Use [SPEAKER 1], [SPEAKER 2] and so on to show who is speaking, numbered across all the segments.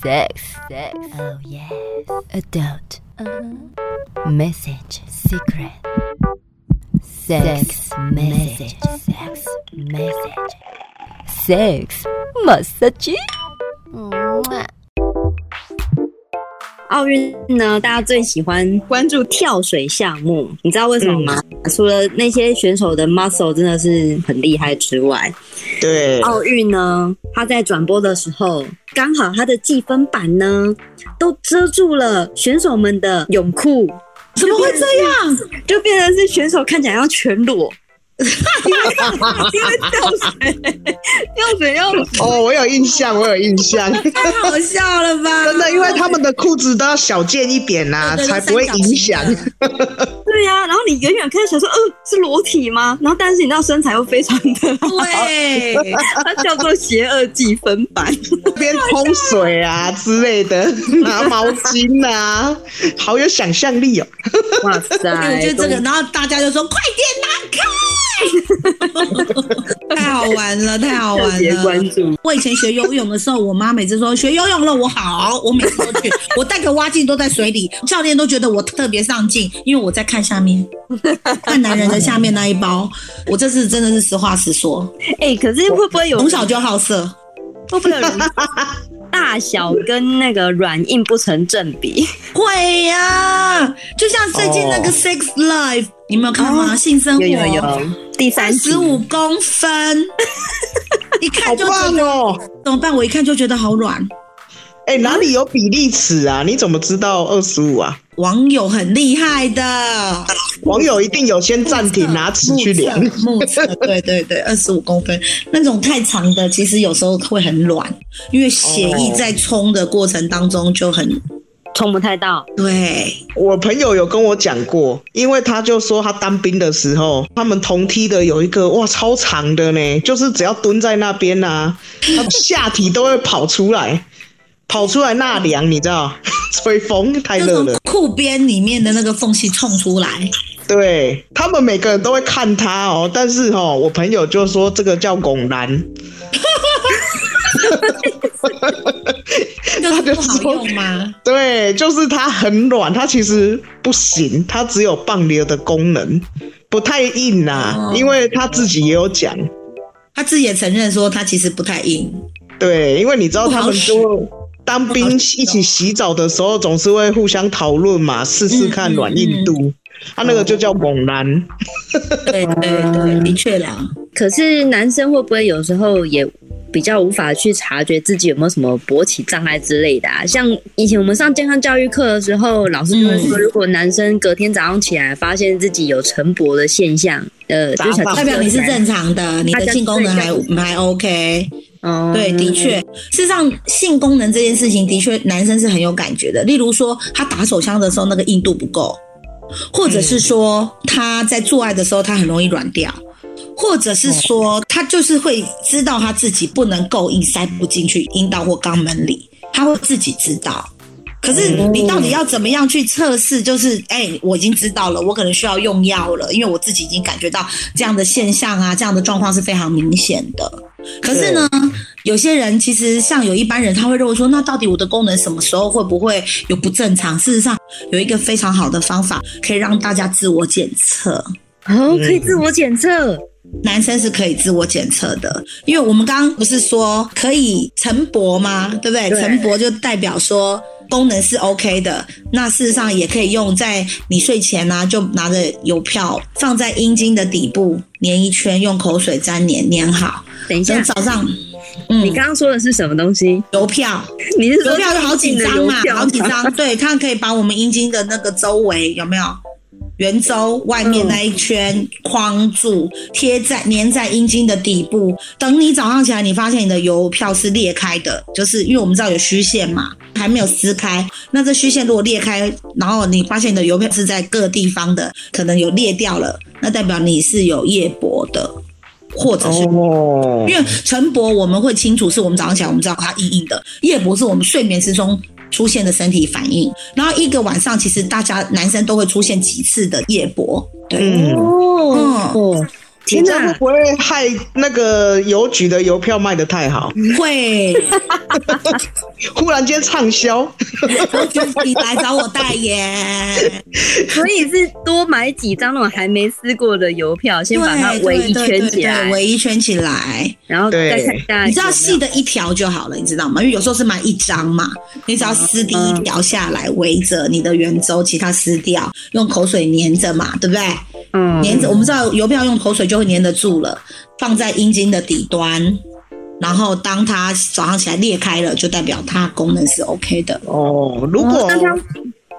[SPEAKER 1] Sex, sex, oh yes. Adult, Uh-huh. message, secret. Sex, message, sex, message. Sex, massage.
[SPEAKER 2] 奥运呢，大家最喜欢关注嗯跳水项目，你知道为什么吗？除了那些选手的 muscle 真的是很厉害之外，
[SPEAKER 3] 对，
[SPEAKER 2] 奥运呢，他在转播的时候，刚好他的计分板呢都遮住了选手们的泳裤，
[SPEAKER 4] 怎么会这样？
[SPEAKER 2] 就变成是选手看起来要全裸。 因为跳水，跳水要
[SPEAKER 3] 哦，我有印象，我有印象，
[SPEAKER 2] 太好笑了吧？
[SPEAKER 3] 真的，因为他们的裤子都要小件一点呐、
[SPEAKER 4] 对对
[SPEAKER 3] 才不会影响。
[SPEAKER 4] 三角形啊
[SPEAKER 2] 对呀、然后你远远看想说，呃，是裸体吗？然后但是你知道身材又非常的 好，哎
[SPEAKER 4] 对，
[SPEAKER 2] 它叫做邪恶计分板。
[SPEAKER 3] 边冲水啊之类 的，拿毛巾啊，好有想象力哦。
[SPEAKER 2] 哇 塞，
[SPEAKER 4] 哎我觉得这个，然后大家就说快点拿开， 太好玩了，太好
[SPEAKER 2] 特
[SPEAKER 4] 玩
[SPEAKER 2] 别
[SPEAKER 4] 了
[SPEAKER 2] 关。注。
[SPEAKER 4] 我以前学游泳的时候，我妈每次说学游泳了我好，我每次都 去，我带个蛙镜都在水里，教练都觉得我特别上镜，因为我在看下面， 看男人的下面那一包。我这次真的是实话实说，
[SPEAKER 2] 哎、可是会不会有
[SPEAKER 4] 从小就好色，
[SPEAKER 2] 会不会有 人大小跟那个软硬不成正 比？
[SPEAKER 4] 会呀、就像最近那个
[SPEAKER 3] 哦
[SPEAKER 4] Sex Life，、你没有看吗？性生活
[SPEAKER 2] 哦有有有，第哦三
[SPEAKER 4] 三
[SPEAKER 2] 集
[SPEAKER 4] 十五公分，一
[SPEAKER 3] 好
[SPEAKER 4] 看就觉
[SPEAKER 3] 棒
[SPEAKER 4] 得、
[SPEAKER 3] 哦！
[SPEAKER 4] 怎么办？我一看就觉得好软。
[SPEAKER 3] 哎、哪里有比例尺啊？你怎么知道二十五啊？
[SPEAKER 4] 网友很厉害的，
[SPEAKER 3] 网友一定有先暂停拿尺去量。
[SPEAKER 4] 目测，目测对对对，二十五公分那种太长的，其实有时候会很软，因为血液在冲的过程当中就很
[SPEAKER 2] 冲不太到，
[SPEAKER 4] 对，
[SPEAKER 3] 我朋友有跟我讲过，因为他就说他当兵的时候，他们同梯的有一个哇超长的呢，就是只要蹲在那边啊，他下体都会跑出来，跑出来纳凉，你知道， 吹风太
[SPEAKER 4] 就
[SPEAKER 3] 热
[SPEAKER 4] 从
[SPEAKER 3] 了。
[SPEAKER 4] 裤边里面的那个缝隙冲出来，
[SPEAKER 3] 对他们每个人都会看他哦，但是哦，我朋友就说这个叫拱男，
[SPEAKER 4] 就是
[SPEAKER 3] 就
[SPEAKER 4] 不好
[SPEAKER 3] 说
[SPEAKER 4] 用吗？
[SPEAKER 3] 对，就是它很软，它其实不行，它只有棒流的功能，不太硬呐、
[SPEAKER 4] 哦
[SPEAKER 3] 因为他自己也有讲，
[SPEAKER 4] 他自己也承认说他其实不太硬，
[SPEAKER 3] 对，因为你知道他们就当兵一起洗澡的时候，总是会互相讨论嘛，试试看软硬度，他、那个就叫猛男。
[SPEAKER 4] 对对对，的确啦。
[SPEAKER 2] 可是男生会不会有时候也比较无法去察觉自己有没有什么勃起障碍之类的啊？像以前我们上健康教育课的时候，老师就会说，如果男生隔天早上起来发现自己有晨勃的现象，呃，就想
[SPEAKER 4] 代表你是正常的，你
[SPEAKER 2] 大
[SPEAKER 4] 的
[SPEAKER 2] 家
[SPEAKER 4] 性功能还
[SPEAKER 2] 对
[SPEAKER 4] 还 OK。
[SPEAKER 2] 哦，
[SPEAKER 4] 对，的确，事实上性功能这件事情的确男生是很有感觉的。例如说，他打手枪的时候那个硬度不够，或者是说他在做爱的时候他很容易软掉，或者是说他就是会知道他自己不能够硬，塞不进去阴道或肛门里，他会自己知道。可是你到底要怎么样去测试？就是，哎、我已经知道了，我可能需要用药了，因为我自己已经感觉到这样的现象啊，这样的状况是非常明显的。可是呢，有些人其实像有一般人，他会认为说，那到底我的功能什么时候会不会有不正常？事实上，有一个非常好的方法可以让大家自我检测。
[SPEAKER 2] 哦，可以自我检测，
[SPEAKER 4] 男生是可以自我检测的，因为我们刚刚不是说可以晨勃吗？对不对？
[SPEAKER 2] 对
[SPEAKER 4] 晨勃就代表说功能是 OK 的，那事实上也可以用在你睡前呢、啊就拿着邮票放在阴茎的底部粘一圈，用口水沾粘粘好，
[SPEAKER 2] 等一下
[SPEAKER 4] 等，早上，嗯，
[SPEAKER 2] 你刚刚说的是什么东西？
[SPEAKER 4] 邮票，
[SPEAKER 2] 你是说
[SPEAKER 4] 邮票有好几张啊嘛，好几 张，对，它可以把我们阴茎的那个周围有没有圆周外面那一圈框住，贴在粘在阴茎的底部。等你早上起来，你发现你的邮票是裂开的，就是因为我们知道有虚线嘛，还没有撕开。那这虚线如果裂开，然后你发现你的邮票是在各地方的，可能有裂掉了，那代表你是有夜勃的，或者是
[SPEAKER 3] 哦
[SPEAKER 4] 因为晨勃我们会清楚，是我们早上起来我们知道它硬硬的；夜勃是我们睡眠之中出现的身体反应。然后一个晚上，其实大家男生都会出现几次的夜勃，对。
[SPEAKER 3] 嗯，
[SPEAKER 2] 哦
[SPEAKER 4] 嗯
[SPEAKER 2] 哦，天
[SPEAKER 3] 这样会
[SPEAKER 2] 哪，
[SPEAKER 3] 不会害那个邮局的邮票卖的太好，
[SPEAKER 4] 会，
[SPEAKER 3] 忽然间畅销？
[SPEAKER 4] 我觉得你来找我代言，
[SPEAKER 2] 所以是多买几张那种还没撕过的邮票， 先把它
[SPEAKER 4] 对
[SPEAKER 2] 围一
[SPEAKER 4] 对对
[SPEAKER 2] 圈
[SPEAKER 4] 对
[SPEAKER 2] 起来
[SPEAKER 4] 对，围一圈起来。
[SPEAKER 2] 然后再看一
[SPEAKER 3] 对
[SPEAKER 2] 下有没有。
[SPEAKER 4] 你知道细的一条就好了，你知道吗？因为有时候是买一张嘛，你只要撕第
[SPEAKER 2] 嗯
[SPEAKER 4] 一条下来，围着你的圆周，其他撕掉，用口水粘着嘛，对不对？
[SPEAKER 2] 嗯，
[SPEAKER 4] 粘着，我们知道邮票用口水就会粘得住了，放在阴茎的底端，然后当它早上起来裂开了，就代表它功能是 OK 的。
[SPEAKER 3] 哦，如果
[SPEAKER 2] 那他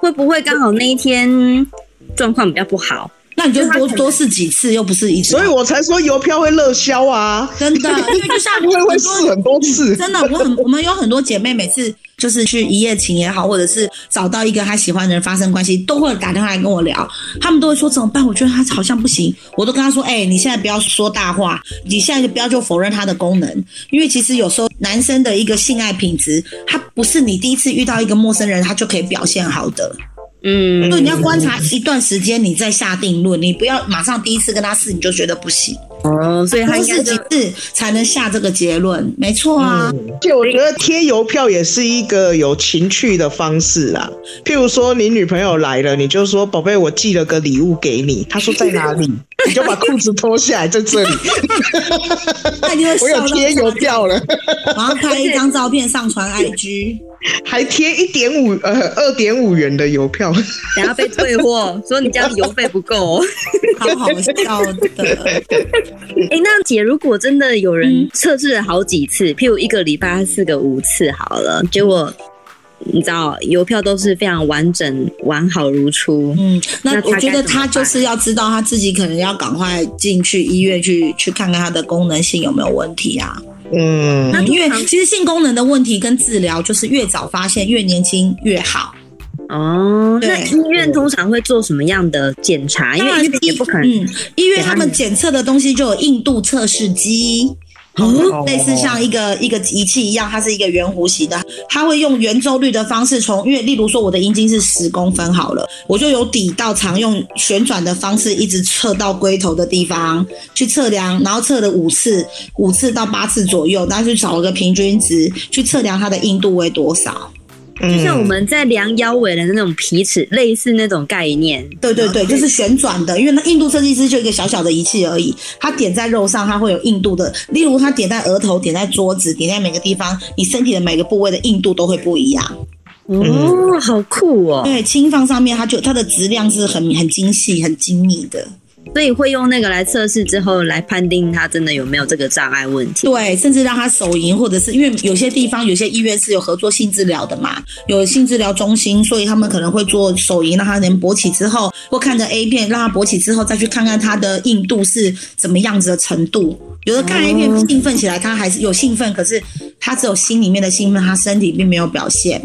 [SPEAKER 2] 会不会刚好那一天状况比较不好？
[SPEAKER 4] 那你就
[SPEAKER 2] 那它
[SPEAKER 4] 多
[SPEAKER 2] 可能
[SPEAKER 4] 多试几次，又不是一直。
[SPEAKER 3] 所以我才说邮票会热销啊，
[SPEAKER 4] 真的，因为就 像
[SPEAKER 3] 因为会
[SPEAKER 4] 很多
[SPEAKER 3] 试很多 次。
[SPEAKER 4] 真的，我很我们有很多姐妹，每次就是去一夜情也好，或者是找到一个她喜欢的人发生关系，都会打电话来跟我聊，她们都会说怎么办？我觉得她好像不行，我都跟她说，哎、你现在不要说大话，你现在就不要就否认她的功能，因为其实有时候男生的一个性爱品质，他不是你第一次遇到一个陌生人，他就可以表现好的。
[SPEAKER 2] 嗯，
[SPEAKER 4] 对，你要观察一段时间，你再下定论，你不要马上第一次跟他试你就觉得不行，
[SPEAKER 2] 哦，所以他
[SPEAKER 4] 多
[SPEAKER 2] 应该
[SPEAKER 4] 试
[SPEAKER 2] 就
[SPEAKER 4] 几次才能下这个结论，没错啊。
[SPEAKER 3] 而且我觉得贴邮票也是一个有情趣的方式啦。譬如说，你女朋友来了，你就说：“宝贝，我寄了个礼物给你。”她说：“在哪里？” 你就把裤子脱下来，在这 里，
[SPEAKER 4] 他一定会
[SPEAKER 3] 我
[SPEAKER 4] 笑
[SPEAKER 3] 有
[SPEAKER 4] 到
[SPEAKER 3] 贴邮票了，
[SPEAKER 4] 然后拍一张照片上传 IG，
[SPEAKER 3] 还贴一点五呃二点五元的邮 票。
[SPEAKER 2] 等下被退货，说你家的邮费不够、哦。
[SPEAKER 4] 超好笑的。
[SPEAKER 2] 哎、那姐，如果真的有人
[SPEAKER 4] 嗯
[SPEAKER 2] 测试了好几次，譬如一个礼拜四个五次好了，结果你知道邮票都是非常完整、完好如初，
[SPEAKER 4] 嗯，
[SPEAKER 2] 那
[SPEAKER 4] 那
[SPEAKER 2] 他
[SPEAKER 4] 我觉
[SPEAKER 2] 该
[SPEAKER 4] 得
[SPEAKER 2] 怎么
[SPEAKER 4] 他就
[SPEAKER 2] 办
[SPEAKER 4] 是要知道他自己可能要赶快进去医院去去看看他的功能性有没有问题啊。
[SPEAKER 3] 嗯，
[SPEAKER 4] 嗯
[SPEAKER 2] 通
[SPEAKER 4] 因为
[SPEAKER 2] 常
[SPEAKER 4] 其实性功能的问题跟治疗就是越早发现越年轻越好。
[SPEAKER 2] 哦，那
[SPEAKER 4] 对
[SPEAKER 2] 医院通常会做什么样的检查？因为医院也不可能，
[SPEAKER 4] 嗯，医院他们检测的东西就有硬度测试机。
[SPEAKER 2] 嗯
[SPEAKER 4] 哦，类似像一个一个仪器一样，它是一个圆弧形的，它会用圆周率的方式从，因为例如说我的阴茎是十公分好了，我就由底到长用旋转的方式一直测到龟头的地方去测量，然后测了五次，五次到八次左右，然后去找一个平均值去测量它的硬度为多少。
[SPEAKER 3] 嗯
[SPEAKER 2] 就像我们在量腰围的那种皮尺，类似那种概念。
[SPEAKER 4] 对对对，就是旋转的，因为那硬度设计师就一个小小的仪器而已，它点在肉上，它会有硬度的，例如它点在额头、点在桌子、点在每个地方，你身体的每个部位的硬度都会不一样。嗯
[SPEAKER 2] 哦，好酷哦！
[SPEAKER 4] 对，轻放上面它就它的质量是很很精细、很精密的，
[SPEAKER 2] 所以会用那个来测试之后来判定他真的有没有这个障碍问题。
[SPEAKER 4] 对，甚至让它手淫，或者是因为有些地方有些医院是有合作性治疗的嘛，有性治疗中心，所以他们可能会做手淫，让它能勃起之后，或看着 A 片让它勃起之后，再去看看它的硬度是怎么样子的程度。有的看 A 片兴奋起来，他还是有兴奋，可是他只有心里面的兴奋，他身体并没有表现。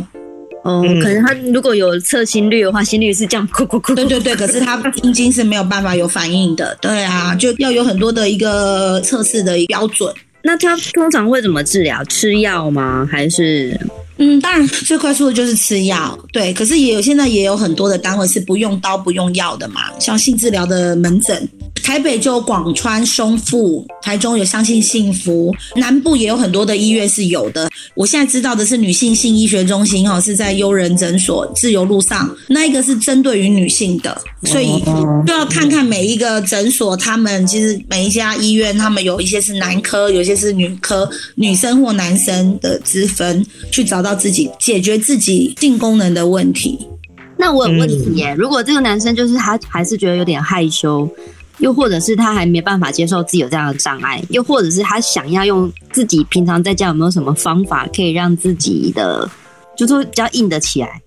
[SPEAKER 2] 哦，
[SPEAKER 3] 嗯
[SPEAKER 2] 可能他如果有测心率的话，心率是这样，哭哭哭。
[SPEAKER 4] 对对对，可是他阴茎是没有办法有反应的。对啊，就要有很多的一个测试的标准。
[SPEAKER 2] 那他通常会怎么治疗？吃药吗？还是
[SPEAKER 4] 嗯，当然最快速的就是吃药，对。可是也有现在也有很多的单位是不用刀不用药的嘛，像性治疗的门诊，台北就有广川松富，台中有相信幸福，南部也有很多的医院是有的。我现在知道的是女性性医学中心哦，是在悠人诊所自由路上，那一个是针对于女性的，所以就要看看每一个诊所，他们其实每一家医院，他们有一些是男科，有一些是女科，女生或男生的之分，去找到自己解决自己性功能的问题。
[SPEAKER 2] 嗯那我有问
[SPEAKER 4] 嗯
[SPEAKER 2] 题耶，如果这个男生就是他还是觉得有点害羞，又或者是他还没办法接受自己有这样的障碍，又或者是他想要用自己平常在家有没有什么方法可以让自己的，就是说比较硬得起来，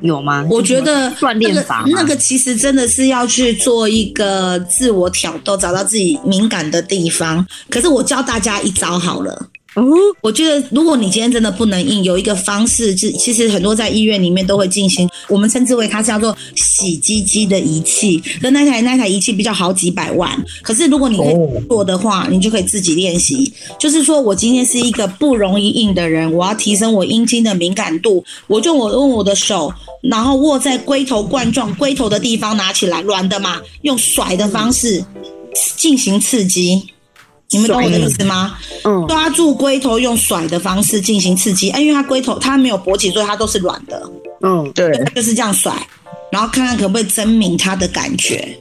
[SPEAKER 2] 有吗？
[SPEAKER 4] 我觉得
[SPEAKER 2] 有什么锻炼法吗、
[SPEAKER 4] 那个那个其实真的是要去做一个自我挑逗，找到自己敏感的地方。可是我教大家一招好了。
[SPEAKER 2] 哦，
[SPEAKER 4] 我觉得，如果你今天真的不能硬，有一个方式，就其实很多在医院里面都会进行，我们称之为它叫做洗鸡鸡的仪器。那那台那台仪器比较好几百万，可是如果你可以做的话，你就可以自己练习。就是说我今天是一个不容易硬的人，我要提升我阴茎的敏感度，我就我用我的手，然后握在龟头冠状龟头的地方拿起来，软的嘛，用甩的方式。进行刺激。你们懂我的意思吗？
[SPEAKER 2] 嗯
[SPEAKER 4] 抓住龟头用甩的方式进行刺激，哎，因为它龟头它没有勃起，所以它都是软的，
[SPEAKER 2] 嗯，
[SPEAKER 3] 对，
[SPEAKER 4] 就是这样甩，然后看看可不可以增明它的感觉，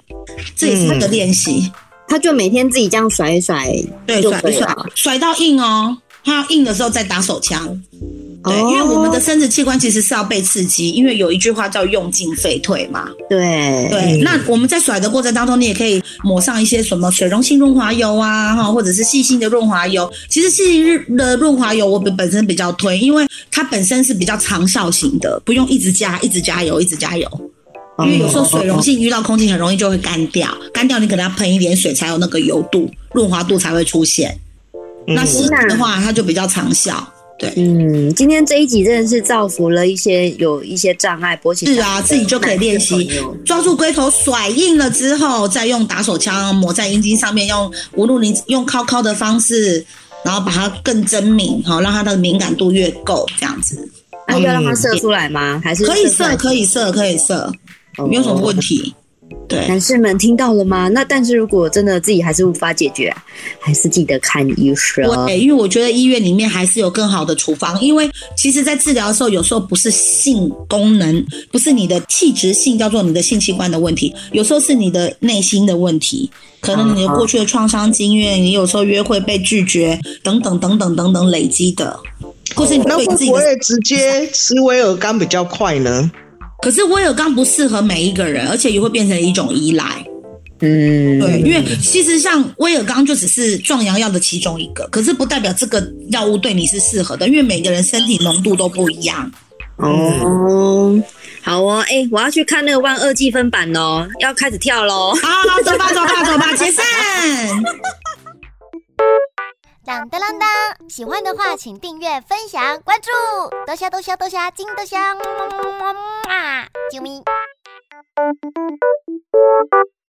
[SPEAKER 4] 这也是它的练习。
[SPEAKER 2] 他就每天自己这样甩一甩，
[SPEAKER 4] 对，
[SPEAKER 2] 嗯就
[SPEAKER 4] 甩
[SPEAKER 2] 可以
[SPEAKER 4] 甩
[SPEAKER 2] 了
[SPEAKER 4] 甩到硬哦，它要硬的时候再打手枪。对，
[SPEAKER 2] 哦
[SPEAKER 4] 因为我们的生殖器官其实是要被刺激，因为有一句话叫“用进废退”嘛。
[SPEAKER 2] 对
[SPEAKER 4] 对，那我们在甩的过程当中，你也可以抹上一些什么水溶性润滑油啊，哈，或者是细心的润滑油。其实细心的润滑油我本本身比较推，因为它本身是比较长效型的，不用一直加、一直加油、一直加油。因为有时候水溶性遇到空气很容易就会干掉，干掉你给它喷一点水才有那个油度、润滑度才会出现。
[SPEAKER 3] 嗯
[SPEAKER 4] 那细心的话，它就比较长效。对，
[SPEAKER 2] 嗯，今天这一集真的是造福了一些有一些障碍勃起障碍
[SPEAKER 4] 是啊，自己就可以练习
[SPEAKER 2] 的朋友
[SPEAKER 4] 抓住龟头甩硬了之后，再用打手枪抹在阴茎上面，用无论你用敲敲的方式，然后把它更狰敏，好、让它的敏感度越够，这样子
[SPEAKER 2] 那要让它射出来吗？还是
[SPEAKER 4] 嗯可以
[SPEAKER 2] 射出
[SPEAKER 4] 射，
[SPEAKER 2] 来
[SPEAKER 4] 可以射，可以射，没有什么问题。对，
[SPEAKER 2] 哦男士们听到了吗？那但是如果真的自己还是无法解决、啊，还是记得看医生。
[SPEAKER 4] 对，因为我觉得医院里面还是有更好的处方，因为其实，在治疗的时候，有时候不是性功能，不是你的器质性，叫做你的性器官的问题，有时候是你的内心的问题，可能
[SPEAKER 3] 啊
[SPEAKER 4] 你的过去的创伤经验，你有时候约会被拒绝，等等等等等等累积的，或是你
[SPEAKER 3] 哦那
[SPEAKER 4] 对
[SPEAKER 3] 会
[SPEAKER 4] 自己
[SPEAKER 3] 不
[SPEAKER 4] 的。
[SPEAKER 3] 会直接吃威尔刚比较快呢？
[SPEAKER 4] 可是威尔刚不适合每一个人，而且也会变成一种依赖。
[SPEAKER 2] 嗯，
[SPEAKER 4] 对，因为其实像威尔刚就只是壮阳药的其中一个，可是不代表这个药物对你是适合的，因为每个人身体浓度都不一样。 嗯
[SPEAKER 2] 哦，好哦，哎、我要去看那个万恶计分版哦，要开始跳喽。
[SPEAKER 4] 好，啊走吧，走吧，走吧，解散。
[SPEAKER 5] 当当当当！喜欢的话，请订阅、分享、关注，多虾多虾多虾，金多虾，么么么么么啊！啾咪。